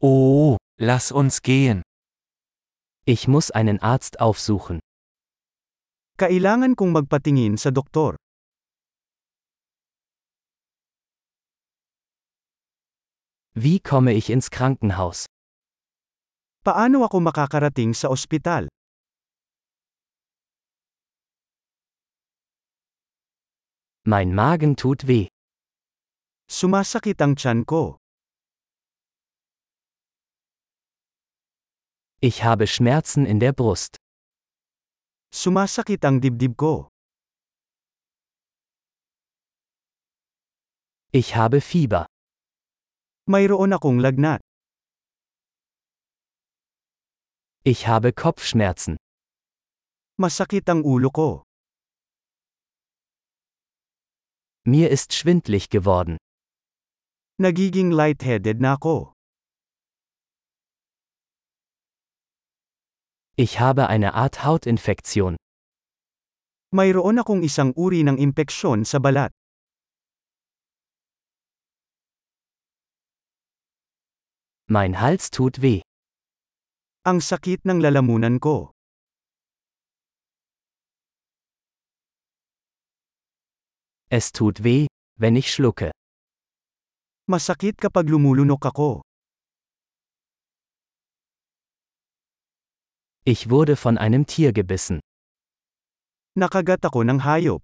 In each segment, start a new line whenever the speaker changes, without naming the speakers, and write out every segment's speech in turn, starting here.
Oh, Lass uns gehen.
Ich muss einen Arzt aufsuchen.
Kailangan kong magpatingin sa doktor.
Wie komme ich ins Krankenhaus?
Paano ako makakarating sa ospital?
Mein Magen tut weh.
Sumasakit ang tiyan ko.
Ich habe Schmerzen in der Brust.
Sumasakit ang dibdib ko.
Ich habe Fieber.
Mayroon akong lagnat.
Ich habe Kopfschmerzen.
Masakit ang ulo ko.
Mir ist schwindlig geworden.
Nagiging lightheaded na ako.
Ich habe eine Art Hautinfektion.
Mayroon akong isang uri ng impeksyon sa balat.
Mein Hals tut weh.
Ang sakit ng lalamunan ko.
Es tut weh, wenn ich schlucke.
Masakit kapag lumulunok ako.
Ich wurde von einem Tier gebissen.
Nakagat ako ng hayop.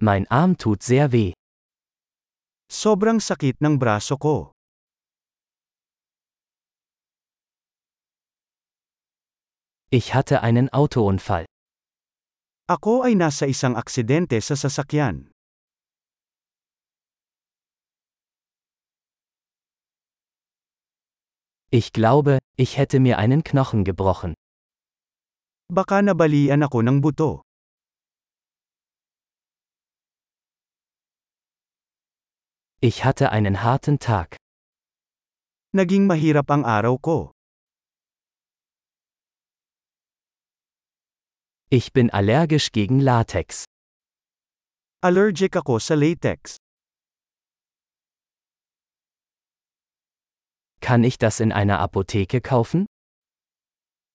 Mein Arm tut sehr weh.
Sobrang sakit ng braso ko.
Ich hatte einen Autounfall.
Ako ay nasa isang aksidente sa sasakyan.
Ich glaube, ich hätte mir einen Knochen gebrochen.
Baka nabalian ako ng buto.
Ich hatte einen harten Tag.
Naging mahirap ang araw ko.
Ich bin allergisch gegen Latex.
Allergic ako sa latex.
Kann ich das in einer Apotheke kaufen?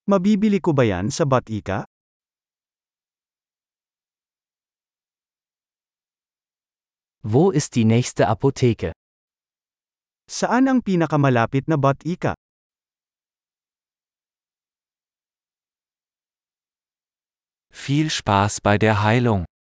Mabibili ko ba yan sa Batika?
Wo ist die nächste Apotheke?
Saan ang pinakamalapit na Batika?
Viel Spaß bei der Heilung.